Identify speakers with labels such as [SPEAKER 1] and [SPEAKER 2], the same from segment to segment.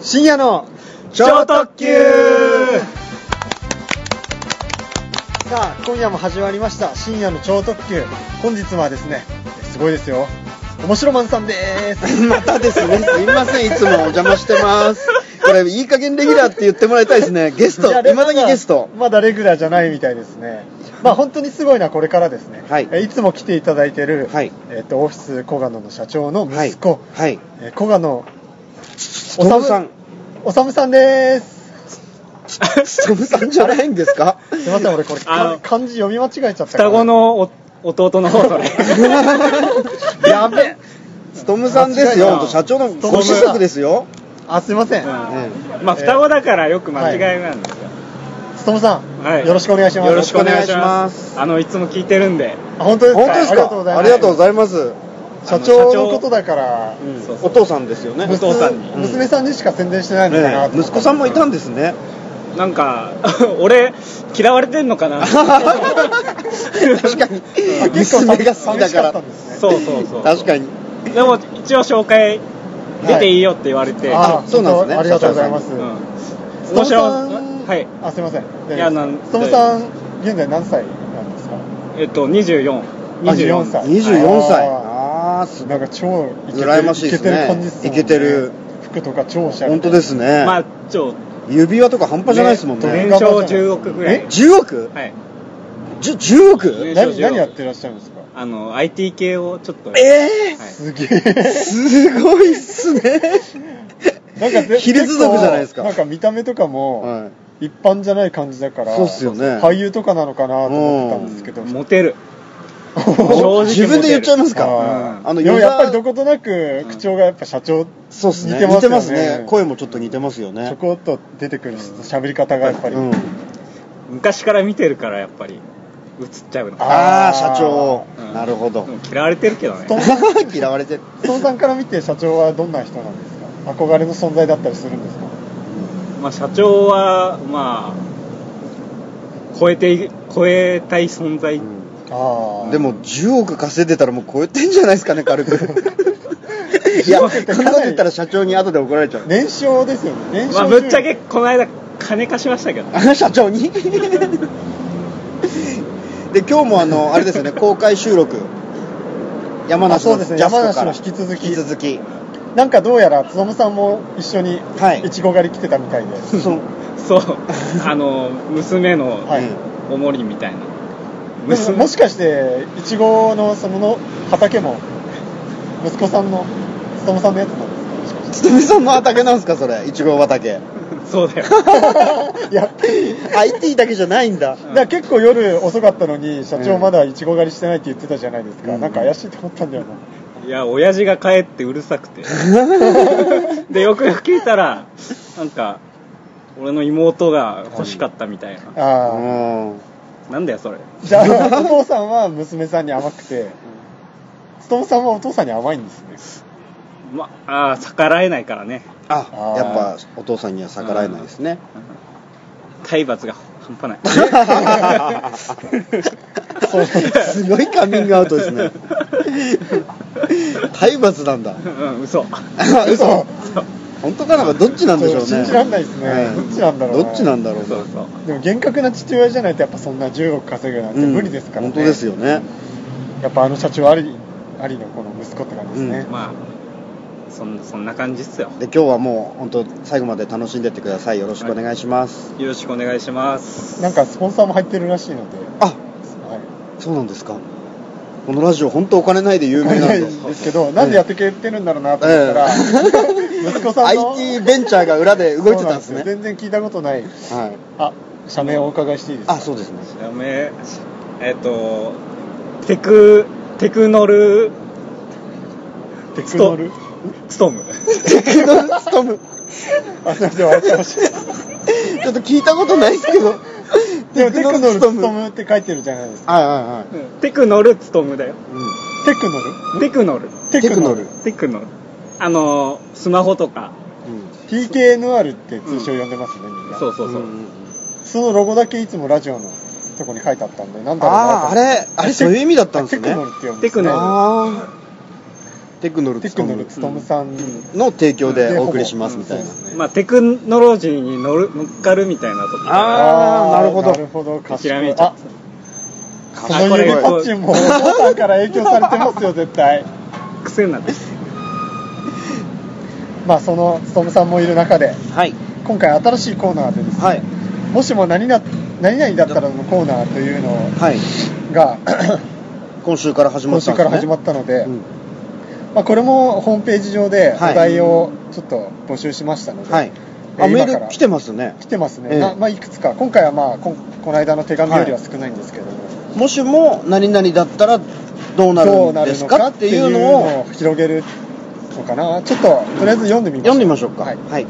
[SPEAKER 1] 深夜の
[SPEAKER 2] 超特急
[SPEAKER 1] さあ今夜も始まりました深夜の超特急本日はですねすごいですよ面白マンさんでーす
[SPEAKER 2] またですね、すいません、いつもお邪魔してます。これ、いい加減レギュラーって言ってもらいたいですね。ゲスト、
[SPEAKER 1] いや
[SPEAKER 2] 未だにゲスト。
[SPEAKER 1] まだレギュラーじゃないみたいですねまあ本当にすごいのはこれからですね、
[SPEAKER 2] はい
[SPEAKER 1] えいつも来ていただいてる、
[SPEAKER 2] はい
[SPEAKER 1] えっとオフィス小賀野の社長の
[SPEAKER 2] はい
[SPEAKER 1] 息子、
[SPEAKER 2] はい。
[SPEAKER 1] えー小賀野
[SPEAKER 2] ストムさん。
[SPEAKER 1] おさむさんでーす
[SPEAKER 2] ストムさんじゃないんですか
[SPEAKER 1] すいません俺これ
[SPEAKER 3] あの
[SPEAKER 1] 漢字読み間違えちゃったから
[SPEAKER 3] 双子のお弟の方それ
[SPEAKER 2] やべえ。ストムさんですよ、
[SPEAKER 3] 間違えた
[SPEAKER 2] ほんと社長のご子息ですよ。
[SPEAKER 1] あすいません、
[SPEAKER 3] うんまあ双子だからよく間違いなんですよ、
[SPEAKER 1] ストムさん、
[SPEAKER 3] はい
[SPEAKER 1] よろしくお願いします
[SPEAKER 3] よろしくお願いしま
[SPEAKER 2] お願いします
[SPEAKER 3] あのいつも聞いてるんで、
[SPEAKER 1] あ本当ですか
[SPEAKER 2] 本当です
[SPEAKER 1] ありがとうござい
[SPEAKER 2] か
[SPEAKER 1] ます
[SPEAKER 2] ありがとうございます。
[SPEAKER 1] 社
[SPEAKER 3] あ
[SPEAKER 1] 長
[SPEAKER 3] の社
[SPEAKER 1] の
[SPEAKER 3] 長
[SPEAKER 1] ことだから、
[SPEAKER 3] うんそう
[SPEAKER 2] お
[SPEAKER 3] そ
[SPEAKER 2] 父さんですよね。
[SPEAKER 3] お父さんに
[SPEAKER 1] 娘娘さんにしか宣伝してないのかな
[SPEAKER 2] ね
[SPEAKER 1] と
[SPEAKER 2] え
[SPEAKER 1] 思っ
[SPEAKER 2] 息
[SPEAKER 1] て、
[SPEAKER 2] 子さんもいたんですね。
[SPEAKER 3] うなんか 俺嫌われてんのかな
[SPEAKER 2] 確かに
[SPEAKER 1] あ。結構
[SPEAKER 2] 娘が好きだ
[SPEAKER 1] 寂し
[SPEAKER 2] か
[SPEAKER 1] った
[SPEAKER 2] ら
[SPEAKER 1] ん。ですね
[SPEAKER 3] そうそうそう
[SPEAKER 2] 確かに。
[SPEAKER 3] でも一応紹介出ていいよって言われて、
[SPEAKER 1] あ
[SPEAKER 2] そうなん
[SPEAKER 1] 本
[SPEAKER 2] ですね
[SPEAKER 1] 当ありがとうございます
[SPEAKER 3] う
[SPEAKER 1] 面
[SPEAKER 3] ん
[SPEAKER 1] 白
[SPEAKER 3] 面白
[SPEAKER 1] は
[SPEAKER 3] はいい
[SPEAKER 1] あすいません
[SPEAKER 3] いやなん
[SPEAKER 1] ストムさん現在何歳なんですか
[SPEAKER 3] えっと2424
[SPEAKER 1] 24歳
[SPEAKER 2] 24歳。
[SPEAKER 1] あ
[SPEAKER 2] ああー、すごい
[SPEAKER 1] なんか超イケてる
[SPEAKER 2] 羨ましいで
[SPEAKER 1] イ
[SPEAKER 2] すね
[SPEAKER 1] ケてる感じっすもんね
[SPEAKER 2] イケてる
[SPEAKER 1] 服とか超おしゃれ
[SPEAKER 2] 本当ですね。
[SPEAKER 3] まあちょっ
[SPEAKER 2] 指輪とか半端じゃないですもん
[SPEAKER 1] ね
[SPEAKER 3] と
[SPEAKER 2] ね。
[SPEAKER 3] 年商10億ぐらい
[SPEAKER 2] 10億
[SPEAKER 3] はい
[SPEAKER 2] 10, ?10 億
[SPEAKER 3] ね
[SPEAKER 1] 何何やってらっしゃるんですか
[SPEAKER 3] あの IT 系をちょっと
[SPEAKER 2] え
[SPEAKER 3] はい
[SPEAKER 1] すげえ
[SPEAKER 2] ー、すごいっすね。
[SPEAKER 1] なんか ぜ
[SPEAKER 2] 比率族じゃないです
[SPEAKER 1] 結構
[SPEAKER 2] か
[SPEAKER 1] なんか見た目とかも、
[SPEAKER 2] は
[SPEAKER 1] 一般じゃない感じだから
[SPEAKER 2] そうっすよね
[SPEAKER 1] 俳優とかなのかなと思ってたんですけ ど、
[SPEAKER 3] モテる
[SPEAKER 2] い、
[SPEAKER 3] 直
[SPEAKER 2] 自分で言っちゃいますか
[SPEAKER 1] あ。ー
[SPEAKER 2] あの、
[SPEAKER 1] でも
[SPEAKER 2] ユー
[SPEAKER 1] やっ
[SPEAKER 2] ザ
[SPEAKER 1] ぱりど
[SPEAKER 2] ー
[SPEAKER 1] ことなく口調がやっぱ社長、
[SPEAKER 2] そうっすね。
[SPEAKER 1] 似てますよね
[SPEAKER 2] 似てますね。声もちょっと似てますよ
[SPEAKER 1] ちょ
[SPEAKER 2] ね。
[SPEAKER 1] こっと出てくる喋り方がやっぱり、
[SPEAKER 2] うん。
[SPEAKER 3] 昔から見てるからやっぱり映っちゃうのか
[SPEAKER 2] あ
[SPEAKER 1] あー
[SPEAKER 2] あ、社長
[SPEAKER 3] う。ん
[SPEAKER 2] なるほど
[SPEAKER 3] で。も嫌われてるけどね
[SPEAKER 1] と
[SPEAKER 2] 嫌われてる。
[SPEAKER 1] 孫さんから見て社長はどんな人なんですか憧れの存在だったりするんですか
[SPEAKER 3] まあ社長はまあ超えてい超えたい存在、
[SPEAKER 1] ああ
[SPEAKER 2] でも10億稼いでたらもう超えてんじゃないですかね、軽く。い
[SPEAKER 1] 10
[SPEAKER 2] や、こ
[SPEAKER 1] 億ってかなり
[SPEAKER 2] んなこと言ったら社長に後で怒られちゃう。
[SPEAKER 1] 年商ですよね年
[SPEAKER 3] ま
[SPEAKER 1] 商
[SPEAKER 3] あ
[SPEAKER 1] 10
[SPEAKER 3] ぶっちゃけこの間金貸しましたけど
[SPEAKER 2] あ社長に で今日もあのあれですね公開収録山梨
[SPEAKER 1] あそう
[SPEAKER 2] の
[SPEAKER 1] です
[SPEAKER 2] ジャスコ
[SPEAKER 1] ね
[SPEAKER 2] から
[SPEAKER 1] 山梨の引き続き
[SPEAKER 2] 引き続き
[SPEAKER 1] なんかどうやらつどもさんも一緒に
[SPEAKER 2] はい
[SPEAKER 1] いちご狩り来てたみたいで、
[SPEAKER 2] その
[SPEAKER 3] そう あの娘の
[SPEAKER 1] はい
[SPEAKER 3] おもりみたいな、
[SPEAKER 1] でも もしかしていちごのその畑も息子さんのつもさんのやつなんですかもしかして
[SPEAKER 2] つとみさんの畑なんですかそれいちご畑
[SPEAKER 3] そうだよ
[SPEAKER 1] やっぱり
[SPEAKER 2] IT だけじゃないん
[SPEAKER 1] だか
[SPEAKER 2] だ
[SPEAKER 1] ら結構夜遅かったのに社長まだイチゴ狩りしてないって言ってたじゃないですか、
[SPEAKER 2] うん
[SPEAKER 1] なんか怪しいと思ったんだよない
[SPEAKER 3] や親父が帰ってうる さくてでよくよく聞いたらなんか俺の妹が欲しかったみたい
[SPEAKER 2] う
[SPEAKER 3] な、
[SPEAKER 1] ああ
[SPEAKER 2] ん
[SPEAKER 3] なんだよそれ
[SPEAKER 1] じゃあお父さんは娘さんに甘くて勉さんはお父さんに甘いんですね
[SPEAKER 3] まああー逆らえないからね
[SPEAKER 2] あ
[SPEAKER 1] あー
[SPEAKER 2] やっぱお父さんには逆らえないです ね
[SPEAKER 3] 体罰が半端ない
[SPEAKER 1] そう
[SPEAKER 2] すごいカミングアウトです ね体罰なんだ
[SPEAKER 3] うん嘘
[SPEAKER 2] あ 嘘
[SPEAKER 3] そう
[SPEAKER 2] 本当かなどっちなんでしょうね
[SPEAKER 1] 信じらんないですねどっちなんだろうな
[SPEAKER 2] どっちなんだろう
[SPEAKER 3] そうそう
[SPEAKER 1] でも厳格な父親じゃないとやっぱそんな10億稼ぐなんて
[SPEAKER 2] うん
[SPEAKER 1] 無理ですからね、
[SPEAKER 2] 本当ですよね
[SPEAKER 1] やっぱあの社長ありありのこの息子って感じですね、
[SPEAKER 2] うん
[SPEAKER 3] まあそんそんな感じっすよ
[SPEAKER 2] で今日はもう本当最後まで楽しんでってくださいよろしくお願いします、
[SPEAKER 3] よろしくお願いします
[SPEAKER 1] なんかスポンサーも入ってるらしいので、
[SPEAKER 2] あ
[SPEAKER 1] はい、
[SPEAKER 2] そうなんですかこのラジオ本当お金ないで有名
[SPEAKER 1] な
[SPEAKER 2] ないん
[SPEAKER 1] で
[SPEAKER 2] です
[SPEAKER 1] けど、なんでやってくれてるんだろうなと思ったら、 息子さん の
[SPEAKER 2] IT ベンチャーが裏で動いてたんです
[SPEAKER 1] そうな
[SPEAKER 2] ね
[SPEAKER 1] よ全然聞いたことない。
[SPEAKER 2] はい
[SPEAKER 1] あ、社名をお伺いしていいですか。
[SPEAKER 2] あそうですね
[SPEAKER 3] やめえっ、とテクテクノル
[SPEAKER 1] テクノル。
[SPEAKER 3] ストーム
[SPEAKER 2] テクノストム
[SPEAKER 1] あ、すみません、笑っちゃいました。
[SPEAKER 2] ちょっと聞いたことないですけど
[SPEAKER 1] でもテクノル
[SPEAKER 2] スト
[SPEAKER 1] 勤
[SPEAKER 2] ム
[SPEAKER 1] 務って書いてるじゃないですか。
[SPEAKER 2] はいは
[SPEAKER 3] テクノルストームだよ
[SPEAKER 2] いは
[SPEAKER 1] テ
[SPEAKER 2] い、
[SPEAKER 1] クノル。
[SPEAKER 3] テクノ
[SPEAKER 2] う
[SPEAKER 3] ル
[SPEAKER 2] ん、テクノル、
[SPEAKER 3] テクノルあのスマホとか
[SPEAKER 1] TKNR って通称呼んでますね、みんな。
[SPEAKER 3] そうそう
[SPEAKER 2] うん
[SPEAKER 3] そ
[SPEAKER 2] う
[SPEAKER 3] う、
[SPEAKER 2] んうん
[SPEAKER 1] そのロゴだけいつもラジオのとこに書いてあったんで、なんだろうなと思
[SPEAKER 2] ああ
[SPEAKER 1] っ
[SPEAKER 2] あ
[SPEAKER 1] て。
[SPEAKER 2] れあれそういう意味だったんです
[SPEAKER 1] テク
[SPEAKER 2] ね
[SPEAKER 1] ノルって呼んで
[SPEAKER 3] テクノル
[SPEAKER 2] あテクノル
[SPEAKER 1] テ
[SPEAKER 2] ツ
[SPEAKER 1] ク
[SPEAKER 2] ト
[SPEAKER 1] ノ
[SPEAKER 2] ム
[SPEAKER 1] ルツトムさん
[SPEAKER 2] の提供でお送りしますみたいなね。
[SPEAKER 3] まあテクノロジーに乗る乗っかるみたいなところが
[SPEAKER 2] あーなるほど
[SPEAKER 1] なるほど、
[SPEAKER 3] ひ
[SPEAKER 1] 賢
[SPEAKER 3] らめ
[SPEAKER 1] い
[SPEAKER 3] い。ちゃ
[SPEAKER 1] あ
[SPEAKER 3] っ、
[SPEAKER 1] その指パッチンも、お父さんから影響されてますよ、絶対。
[SPEAKER 3] 癖になってる
[SPEAKER 1] まあ、その、ストムさんもいる中で、
[SPEAKER 2] はい。
[SPEAKER 1] 今回新しいコーナーでですね、
[SPEAKER 2] はい。
[SPEAKER 1] もしも何な、何々だったらのコーナーというの
[SPEAKER 2] はい。
[SPEAKER 1] が、
[SPEAKER 2] 今週から始
[SPEAKER 1] 今
[SPEAKER 2] まった
[SPEAKER 1] 週
[SPEAKER 2] んですね、
[SPEAKER 1] から始まったので、
[SPEAKER 2] うん
[SPEAKER 1] まあ、これもホームページ上でお
[SPEAKER 2] はい
[SPEAKER 1] 題をちょっと募集しましたので、
[SPEAKER 2] はい。
[SPEAKER 1] えー
[SPEAKER 2] あ、メ
[SPEAKER 1] 今から
[SPEAKER 2] ール来てますね。
[SPEAKER 1] 来てますね、
[SPEAKER 2] ええ
[SPEAKER 1] なまあ、いくつか今回は、まあ、こんこの間の手紙よりは少ないんですけども、
[SPEAKER 2] もしも何々だったらどうな
[SPEAKER 1] どう
[SPEAKER 2] るん
[SPEAKER 1] な
[SPEAKER 2] で
[SPEAKER 1] る
[SPEAKER 2] す
[SPEAKER 1] の
[SPEAKER 2] か
[SPEAKER 1] か
[SPEAKER 2] っ
[SPEAKER 1] ってて
[SPEAKER 2] い
[SPEAKER 1] いうう
[SPEAKER 2] の
[SPEAKER 1] の
[SPEAKER 2] を
[SPEAKER 1] を広げるのかなちょっととりあえず読んでみましょう
[SPEAKER 2] 読んでみましょうか。は。
[SPEAKER 1] はいい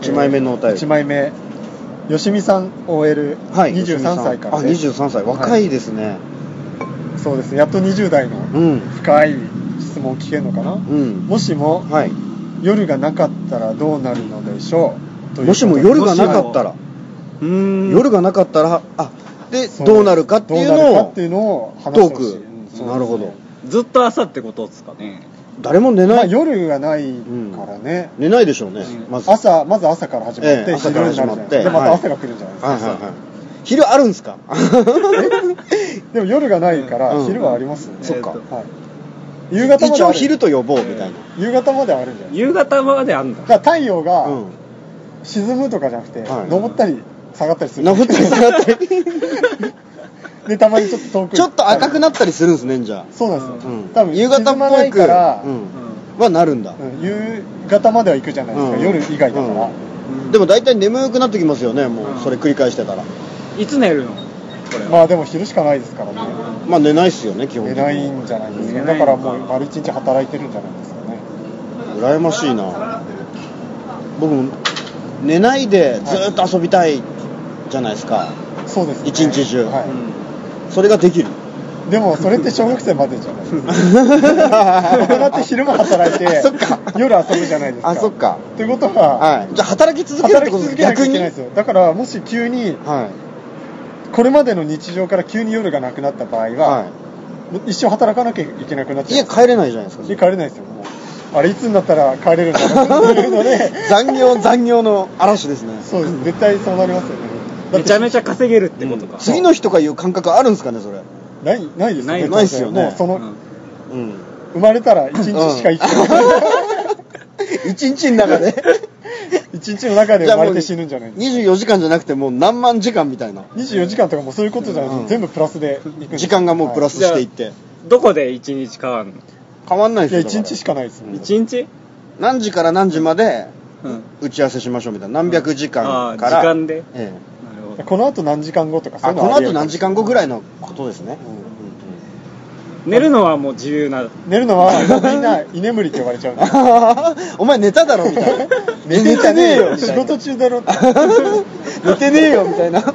[SPEAKER 2] 1枚目のお便り。
[SPEAKER 1] 1枚目吉見さん OL23、
[SPEAKER 2] はい。
[SPEAKER 1] 23歳から
[SPEAKER 2] あ、
[SPEAKER 1] です
[SPEAKER 2] 23歳。若いですね。
[SPEAKER 1] そうですねやっと20代の
[SPEAKER 2] うん。
[SPEAKER 1] 深い質問聞けるのかな、
[SPEAKER 2] うん。
[SPEAKER 1] もしも
[SPEAKER 2] はい。
[SPEAKER 1] 夜がなかったらどうなるのでしょうということで
[SPEAKER 2] もしも夜がなかったら、
[SPEAKER 3] うーん
[SPEAKER 2] 夜がなかったら、あ、で、
[SPEAKER 1] そ
[SPEAKER 2] どうなるかっていう
[SPEAKER 1] どうなる
[SPEAKER 2] の
[SPEAKER 1] か
[SPEAKER 2] を
[SPEAKER 1] っ、ていうのを話
[SPEAKER 2] ト
[SPEAKER 1] してほしいうん
[SPEAKER 2] ー
[SPEAKER 1] そ
[SPEAKER 2] ク。
[SPEAKER 1] う
[SPEAKER 2] なるほど。
[SPEAKER 3] ずっと朝ってことですかね
[SPEAKER 2] 誰も寝
[SPEAKER 1] ま
[SPEAKER 2] な
[SPEAKER 1] あ、
[SPEAKER 2] い。
[SPEAKER 1] 夜がないからね、
[SPEAKER 2] 寝ないでしょうね
[SPEAKER 3] う。ん
[SPEAKER 2] まず。
[SPEAKER 1] 朝まず朝から始まって、
[SPEAKER 2] ええ朝から始まっ
[SPEAKER 1] 昼
[SPEAKER 2] て
[SPEAKER 1] になるじゃないですでまた
[SPEAKER 2] はい
[SPEAKER 1] 汗が来るじゃないですか、
[SPEAKER 2] はいはいはい。昼あるんすか
[SPEAKER 1] でも夜がないから、
[SPEAKER 2] うん
[SPEAKER 1] 昼はありますよね、
[SPEAKER 3] うん
[SPEAKER 2] そっか
[SPEAKER 3] えーと
[SPEAKER 1] はい、夕方まで
[SPEAKER 2] 一
[SPEAKER 1] あ
[SPEAKER 2] 応
[SPEAKER 1] る
[SPEAKER 2] 昼と呼ぼうみたいな。
[SPEAKER 1] 夕方まであるんじゃない
[SPEAKER 3] 夕方まであんだ
[SPEAKER 1] だから太陽が
[SPEAKER 2] うん。
[SPEAKER 1] 沈むとかじゃなくて、
[SPEAKER 2] はい
[SPEAKER 1] 登ったり下がったりする
[SPEAKER 2] 殴ったり下がったり。
[SPEAKER 1] でたまにちょっと遠く
[SPEAKER 2] ちょっと赤くな
[SPEAKER 1] っ
[SPEAKER 2] ったりするんですね、じゃ
[SPEAKER 1] そうなんです
[SPEAKER 2] あ。
[SPEAKER 1] よ、
[SPEAKER 2] うん
[SPEAKER 1] 多分
[SPEAKER 2] 夕方っ
[SPEAKER 1] 沈ま
[SPEAKER 2] ぽ
[SPEAKER 1] ない
[SPEAKER 2] いく、
[SPEAKER 1] から、
[SPEAKER 2] う
[SPEAKER 3] うんん
[SPEAKER 2] はなるんだ。
[SPEAKER 1] うん夕方までは行くじゃないですか、
[SPEAKER 2] うん
[SPEAKER 1] 夜以外だから、
[SPEAKER 2] うんでも大体眠くなってきますよね、
[SPEAKER 3] う
[SPEAKER 2] も
[SPEAKER 3] ん
[SPEAKER 2] う、それ繰り返してたら。
[SPEAKER 3] いつ寝るのこれは
[SPEAKER 1] まあでも昼しかないですからね、
[SPEAKER 2] まあ寝ないっすよね、基本
[SPEAKER 1] 寝
[SPEAKER 2] 的に。
[SPEAKER 1] ないんじゃないです
[SPEAKER 3] 寝
[SPEAKER 1] か、
[SPEAKER 3] ない
[SPEAKER 1] だ
[SPEAKER 3] のか
[SPEAKER 1] からもう丸一日働いてるんじゃないですかね、
[SPEAKER 2] 羨ましいな。僕も、寝ないでずーっと遊びたいじゃないですか。
[SPEAKER 1] そうですね、
[SPEAKER 2] 一日中
[SPEAKER 1] はい
[SPEAKER 2] それができる。
[SPEAKER 1] でもそれって小学生までじゃないです か大人
[SPEAKER 2] 大
[SPEAKER 1] って昼間働いて
[SPEAKER 2] そっか。
[SPEAKER 1] 夜遊ぶじゃないですか
[SPEAKER 2] あ、そっか。
[SPEAKER 1] ということは、
[SPEAKER 2] はい。じゃあ働き続けるって
[SPEAKER 1] 働
[SPEAKER 2] こ
[SPEAKER 1] き続
[SPEAKER 2] とです
[SPEAKER 1] けなきゃい
[SPEAKER 2] 逆
[SPEAKER 1] け
[SPEAKER 2] に。
[SPEAKER 1] ない
[SPEAKER 2] は
[SPEAKER 1] ですよだからもし急に
[SPEAKER 2] い。
[SPEAKER 1] これまでの日常から急に夜がなくなった場合は、
[SPEAKER 2] は
[SPEAKER 1] もう一生働かなきゃいけなくなっ
[SPEAKER 2] い。
[SPEAKER 1] ちゃ
[SPEAKER 2] 家
[SPEAKER 1] う
[SPEAKER 2] 帰れないじゃないですか。
[SPEAKER 1] 家帰れないですよもうあれいつになったら帰れるんだろうっていうので
[SPEAKER 2] 残業残業の嵐ですね
[SPEAKER 1] そうです絶対そうなりますよね
[SPEAKER 3] めちゃめ
[SPEAKER 1] ち
[SPEAKER 3] ちゃ稼げるってことか、
[SPEAKER 2] 次の日とかいう感覚あるんですかねそれ
[SPEAKER 1] ゃないないですよ
[SPEAKER 3] ない
[SPEAKER 1] ね
[SPEAKER 2] ないですよね
[SPEAKER 1] もうその、
[SPEAKER 3] うん
[SPEAKER 2] うん
[SPEAKER 1] 生まれたら一日しか生きて ない、
[SPEAKER 2] 一日の 中で
[SPEAKER 1] 一日の中で生まれて死ぬんじゃないですか
[SPEAKER 2] 24時間じゃなくてもう何万時間みたいな
[SPEAKER 1] 24時間とかもうそういうことじゃなくて、
[SPEAKER 2] うん
[SPEAKER 1] 全部プラスでいくんです
[SPEAKER 2] 時間がもうプラスしていって
[SPEAKER 3] どこで一日変わるの
[SPEAKER 2] 変わんない
[SPEAKER 1] は
[SPEAKER 2] で
[SPEAKER 1] い、い
[SPEAKER 2] す
[SPEAKER 1] や
[SPEAKER 2] よ
[SPEAKER 1] 1日し
[SPEAKER 2] か
[SPEAKER 1] かないですもん
[SPEAKER 3] 一日
[SPEAKER 2] 何時から何時まで
[SPEAKER 3] うんな
[SPEAKER 2] 打ち合わせしましょうみたいな何百時
[SPEAKER 3] あー
[SPEAKER 2] 間から
[SPEAKER 3] 時間で
[SPEAKER 2] ええ
[SPEAKER 3] るほど
[SPEAKER 1] この後何時間後とかそうい
[SPEAKER 2] あ
[SPEAKER 1] うの
[SPEAKER 2] この
[SPEAKER 1] はありえ
[SPEAKER 2] 後
[SPEAKER 1] る
[SPEAKER 2] 何時間後ぐらいのことですね
[SPEAKER 1] うん
[SPEAKER 3] 寝るのはもう自由な
[SPEAKER 1] 寝るのはみんな居眠りって呼ばれちゃうん ですよ
[SPEAKER 2] お前寝ただろみた いな
[SPEAKER 1] 寝てんじゃねえよ
[SPEAKER 2] みた
[SPEAKER 1] 仕
[SPEAKER 2] いな
[SPEAKER 1] 事中だろって
[SPEAKER 2] 寝てねえよ みたいな
[SPEAKER 1] そ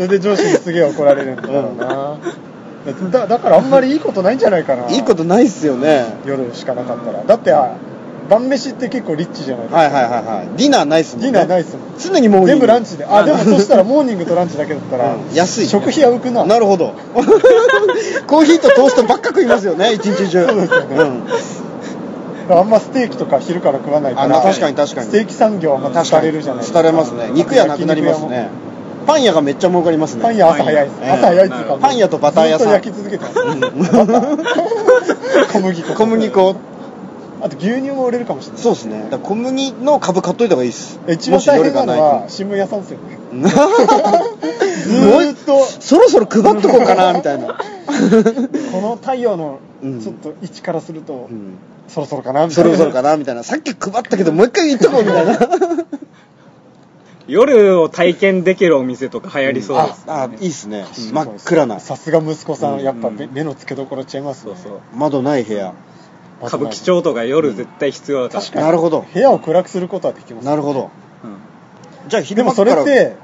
[SPEAKER 1] れで上司にすげえ怒られるんだろうな、だだからあんまりいいことないんじゃないかない
[SPEAKER 2] いことないっすよね
[SPEAKER 1] 夜しかなかったらだってあ晩飯って結構リッチじゃないですか、
[SPEAKER 2] はいはいはいはい。ディナーないっすもんね。
[SPEAKER 1] ディナーないっすもん
[SPEAKER 2] 常にもう
[SPEAKER 1] 全部ランチであでもそしたら モーニングとランチだけだったら、
[SPEAKER 2] 安い。
[SPEAKER 1] 食費は浮くな
[SPEAKER 2] なるほ ど。コーヒーとトーストばっか食いますよね、一日中。
[SPEAKER 1] そうですよね
[SPEAKER 2] うん
[SPEAKER 1] あんまステーキとか昼から食わないから
[SPEAKER 2] あまあ確かに確かに
[SPEAKER 1] ステーキ産業はまた
[SPEAKER 2] 確か
[SPEAKER 1] 廃
[SPEAKER 2] に
[SPEAKER 1] れるじゃないですか
[SPEAKER 2] 廃れますね。肉屋なくなりますね。パン屋がめっちゃ儲かりますね。
[SPEAKER 1] パン屋朝早いです、
[SPEAKER 2] パン屋
[SPEAKER 1] 朝早いっていうか
[SPEAKER 2] パン屋とバター屋さん
[SPEAKER 1] ずっと焼き続けてます、小麦粉
[SPEAKER 2] 小麦粉。
[SPEAKER 1] あと牛乳も売れるかもしれない
[SPEAKER 2] そうですね。だから小麦の株買っといた方がいいっす。
[SPEAKER 1] 一番大変なのは
[SPEAKER 2] もし
[SPEAKER 1] 新聞屋さんですよ ね
[SPEAKER 2] 夜がないと。
[SPEAKER 1] ずーっと
[SPEAKER 2] そろそろ配っとこうかな、みたいな。
[SPEAKER 1] この太陽の
[SPEAKER 2] うん
[SPEAKER 1] ちょっと位置からすると、
[SPEAKER 2] うん
[SPEAKER 1] そろそろかなみた
[SPEAKER 2] そ
[SPEAKER 1] いな
[SPEAKER 2] ろそろかなみたいな。さっき配ったけど、もう一回言っとこうみたいな。
[SPEAKER 3] 夜を体験できるお店とか流行りそうです、ね
[SPEAKER 2] あ、あいいっすね。
[SPEAKER 1] うん
[SPEAKER 2] 真っ暗な。
[SPEAKER 1] さすが息子さん、やっぱ
[SPEAKER 3] うん
[SPEAKER 1] 目目の付けどころちゃいますね
[SPEAKER 3] そうそう
[SPEAKER 2] 窓ない部屋。
[SPEAKER 3] 歌舞伎町とか夜絶対必要だから、
[SPEAKER 1] 確かに
[SPEAKER 2] なるほど。
[SPEAKER 1] 部屋を暗くすることはできます
[SPEAKER 2] なるほど。
[SPEAKER 3] うん
[SPEAKER 2] じゃあ昼
[SPEAKER 1] で
[SPEAKER 2] 間
[SPEAKER 1] も
[SPEAKER 2] か
[SPEAKER 1] それ
[SPEAKER 2] ら。
[SPEAKER 1] って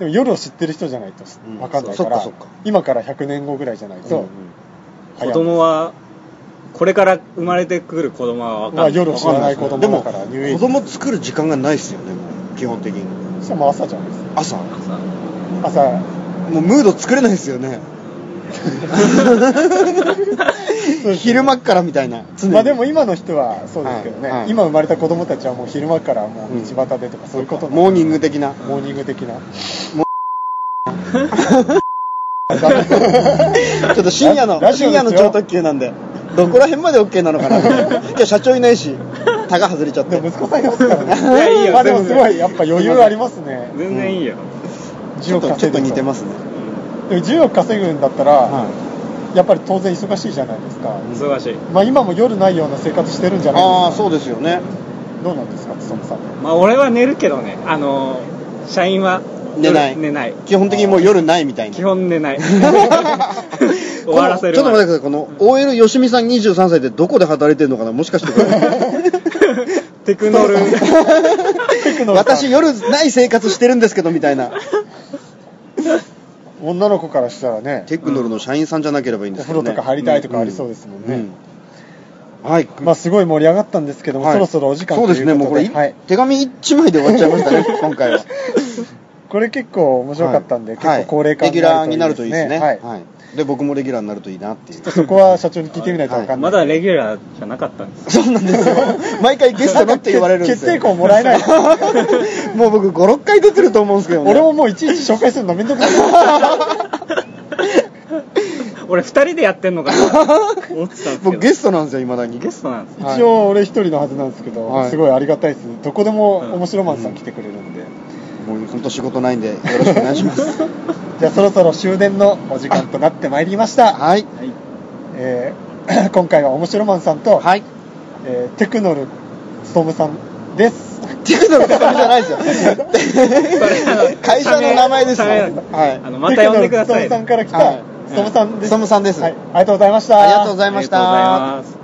[SPEAKER 1] でも夜を知ってる人じゃないと
[SPEAKER 2] うん
[SPEAKER 1] 分かんないから、
[SPEAKER 2] そっかそっか
[SPEAKER 1] 今から100年後ぐらいじゃない
[SPEAKER 2] うんう
[SPEAKER 1] と、
[SPEAKER 2] ん
[SPEAKER 1] 早
[SPEAKER 3] 子
[SPEAKER 1] い
[SPEAKER 3] 供はこれから生まれてくる子供は分
[SPEAKER 1] まあ、
[SPEAKER 3] かんない、
[SPEAKER 1] 夜を知らない子
[SPEAKER 2] で
[SPEAKER 1] 供
[SPEAKER 2] も、
[SPEAKER 1] だからニューエイ
[SPEAKER 2] 子
[SPEAKER 1] ジ
[SPEAKER 2] 供作る時間がないっすよね、もう基本的に。
[SPEAKER 1] そしたらもう朝じゃないですか
[SPEAKER 2] 朝。
[SPEAKER 1] 朝
[SPEAKER 2] もうムード作れないっすよね。昼間っからみたいな常に
[SPEAKER 1] まあでも今の人はそうですけどね、
[SPEAKER 2] はいはい
[SPEAKER 1] 今生まれた子供たちはもう昼間からもう道端でとかそういうこと
[SPEAKER 2] モーニン
[SPEAKER 1] グ
[SPEAKER 2] グ的な
[SPEAKER 1] モーニング的な
[SPEAKER 2] ちょっと深夜の、
[SPEAKER 1] ラジオ
[SPEAKER 2] 深
[SPEAKER 1] です
[SPEAKER 2] 夜
[SPEAKER 1] よ
[SPEAKER 2] の超特急なんで、どこら辺まで OK なの かな。今日社長いないし、タが外れちゃって
[SPEAKER 1] で。も息子さんいますからね
[SPEAKER 2] い
[SPEAKER 3] やいいよ
[SPEAKER 1] まあでも
[SPEAKER 3] 全
[SPEAKER 1] す
[SPEAKER 3] 然
[SPEAKER 1] ごいやっぱ余裕ありますね
[SPEAKER 3] 全然いいよ、
[SPEAKER 2] ちょっとちょっと似てますね。
[SPEAKER 1] でも10億稼ぐんだったら、
[SPEAKER 2] は
[SPEAKER 1] やっぱり当然忙しいじゃないですか、
[SPEAKER 3] うん忙しい
[SPEAKER 1] まあ、今も夜ないような生活してるんじ
[SPEAKER 2] い
[SPEAKER 1] ゃない
[SPEAKER 2] ああ、
[SPEAKER 1] ですか
[SPEAKER 2] そうですよね。
[SPEAKER 1] どうなんですか勤さん
[SPEAKER 3] まあ俺は寝るけどねあのー社員は
[SPEAKER 2] 寝ない
[SPEAKER 3] 夜寝ない
[SPEAKER 2] 基本的にもう夜ないみたいな。
[SPEAKER 3] 基本寝な い終わら
[SPEAKER 2] このちょっと待っ
[SPEAKER 3] せる
[SPEAKER 2] てくださ
[SPEAKER 3] ま
[SPEAKER 2] い、この OL よしみさん23歳でどこで働いてるのかな、もしかし てこれ
[SPEAKER 3] テクノル
[SPEAKER 1] テクノルさん
[SPEAKER 2] 私、夜ない生活してるんですけどみたいな、
[SPEAKER 1] 女の子からしたらね
[SPEAKER 2] テクノルの社員さんじゃなければいいん
[SPEAKER 1] お
[SPEAKER 2] です
[SPEAKER 1] 風
[SPEAKER 2] けど、
[SPEAKER 1] 呂
[SPEAKER 2] ね、
[SPEAKER 1] とか入りたいとかありそうですもんね、
[SPEAKER 2] うんはい、
[SPEAKER 1] まあすごい盛り上がったんですけども、
[SPEAKER 2] はい
[SPEAKER 1] そろそろお時間
[SPEAKER 2] そうですね、もうこれ、
[SPEAKER 1] はい、
[SPEAKER 2] 手紙1枚で終わっちゃいましたね、今回は。
[SPEAKER 1] これ結構面白かったんで、
[SPEAKER 2] はい
[SPEAKER 1] 結構高齢化
[SPEAKER 2] レギュラーになるといいですね、
[SPEAKER 1] はい
[SPEAKER 2] はいで僕もレギュラーになるといいなっていう
[SPEAKER 1] そこは社長に聞いてみないとわかんな
[SPEAKER 3] ま
[SPEAKER 1] い、
[SPEAKER 3] だレギュラーじゃなかったんです
[SPEAKER 2] そうなんですよ 毎回ゲストのって言われるんです
[SPEAKER 1] 決
[SPEAKER 2] よ
[SPEAKER 1] 定 もらえない
[SPEAKER 2] もう僕56回出てると思うんですけどね
[SPEAKER 1] 俺ももういちいち紹介するのめんどくさい
[SPEAKER 3] 俺二人でやってんの かなって思ってたんですけど
[SPEAKER 2] 僕ゲストなんですよいまだに
[SPEAKER 3] ゲストなんですね
[SPEAKER 1] 一応俺一人のはずなんですけど、
[SPEAKER 2] はい
[SPEAKER 1] すごいありがたいですどこでも面白マンさん来てくれるんで、
[SPEAKER 2] もう本当仕事ないんでよろしくお願いします
[SPEAKER 1] じゃあそろそろ終電のお時間となってまいりました、
[SPEAKER 2] はい
[SPEAKER 3] はい
[SPEAKER 1] えー 今回は面白マンさんと、
[SPEAKER 2] はい
[SPEAKER 1] えーテクノル務さんです
[SPEAKER 2] テクノの方じゃない ですよ 会社の名前ですよ
[SPEAKER 3] 社名
[SPEAKER 2] はい
[SPEAKER 3] あのまた呼んでくださ
[SPEAKER 1] テ
[SPEAKER 3] い
[SPEAKER 1] クノル務さんから来た、
[SPEAKER 2] はい
[SPEAKER 1] 務さんです
[SPEAKER 2] 務さんです
[SPEAKER 1] はい、ありがとうございました
[SPEAKER 2] ありがとうございました
[SPEAKER 3] ありがとうございます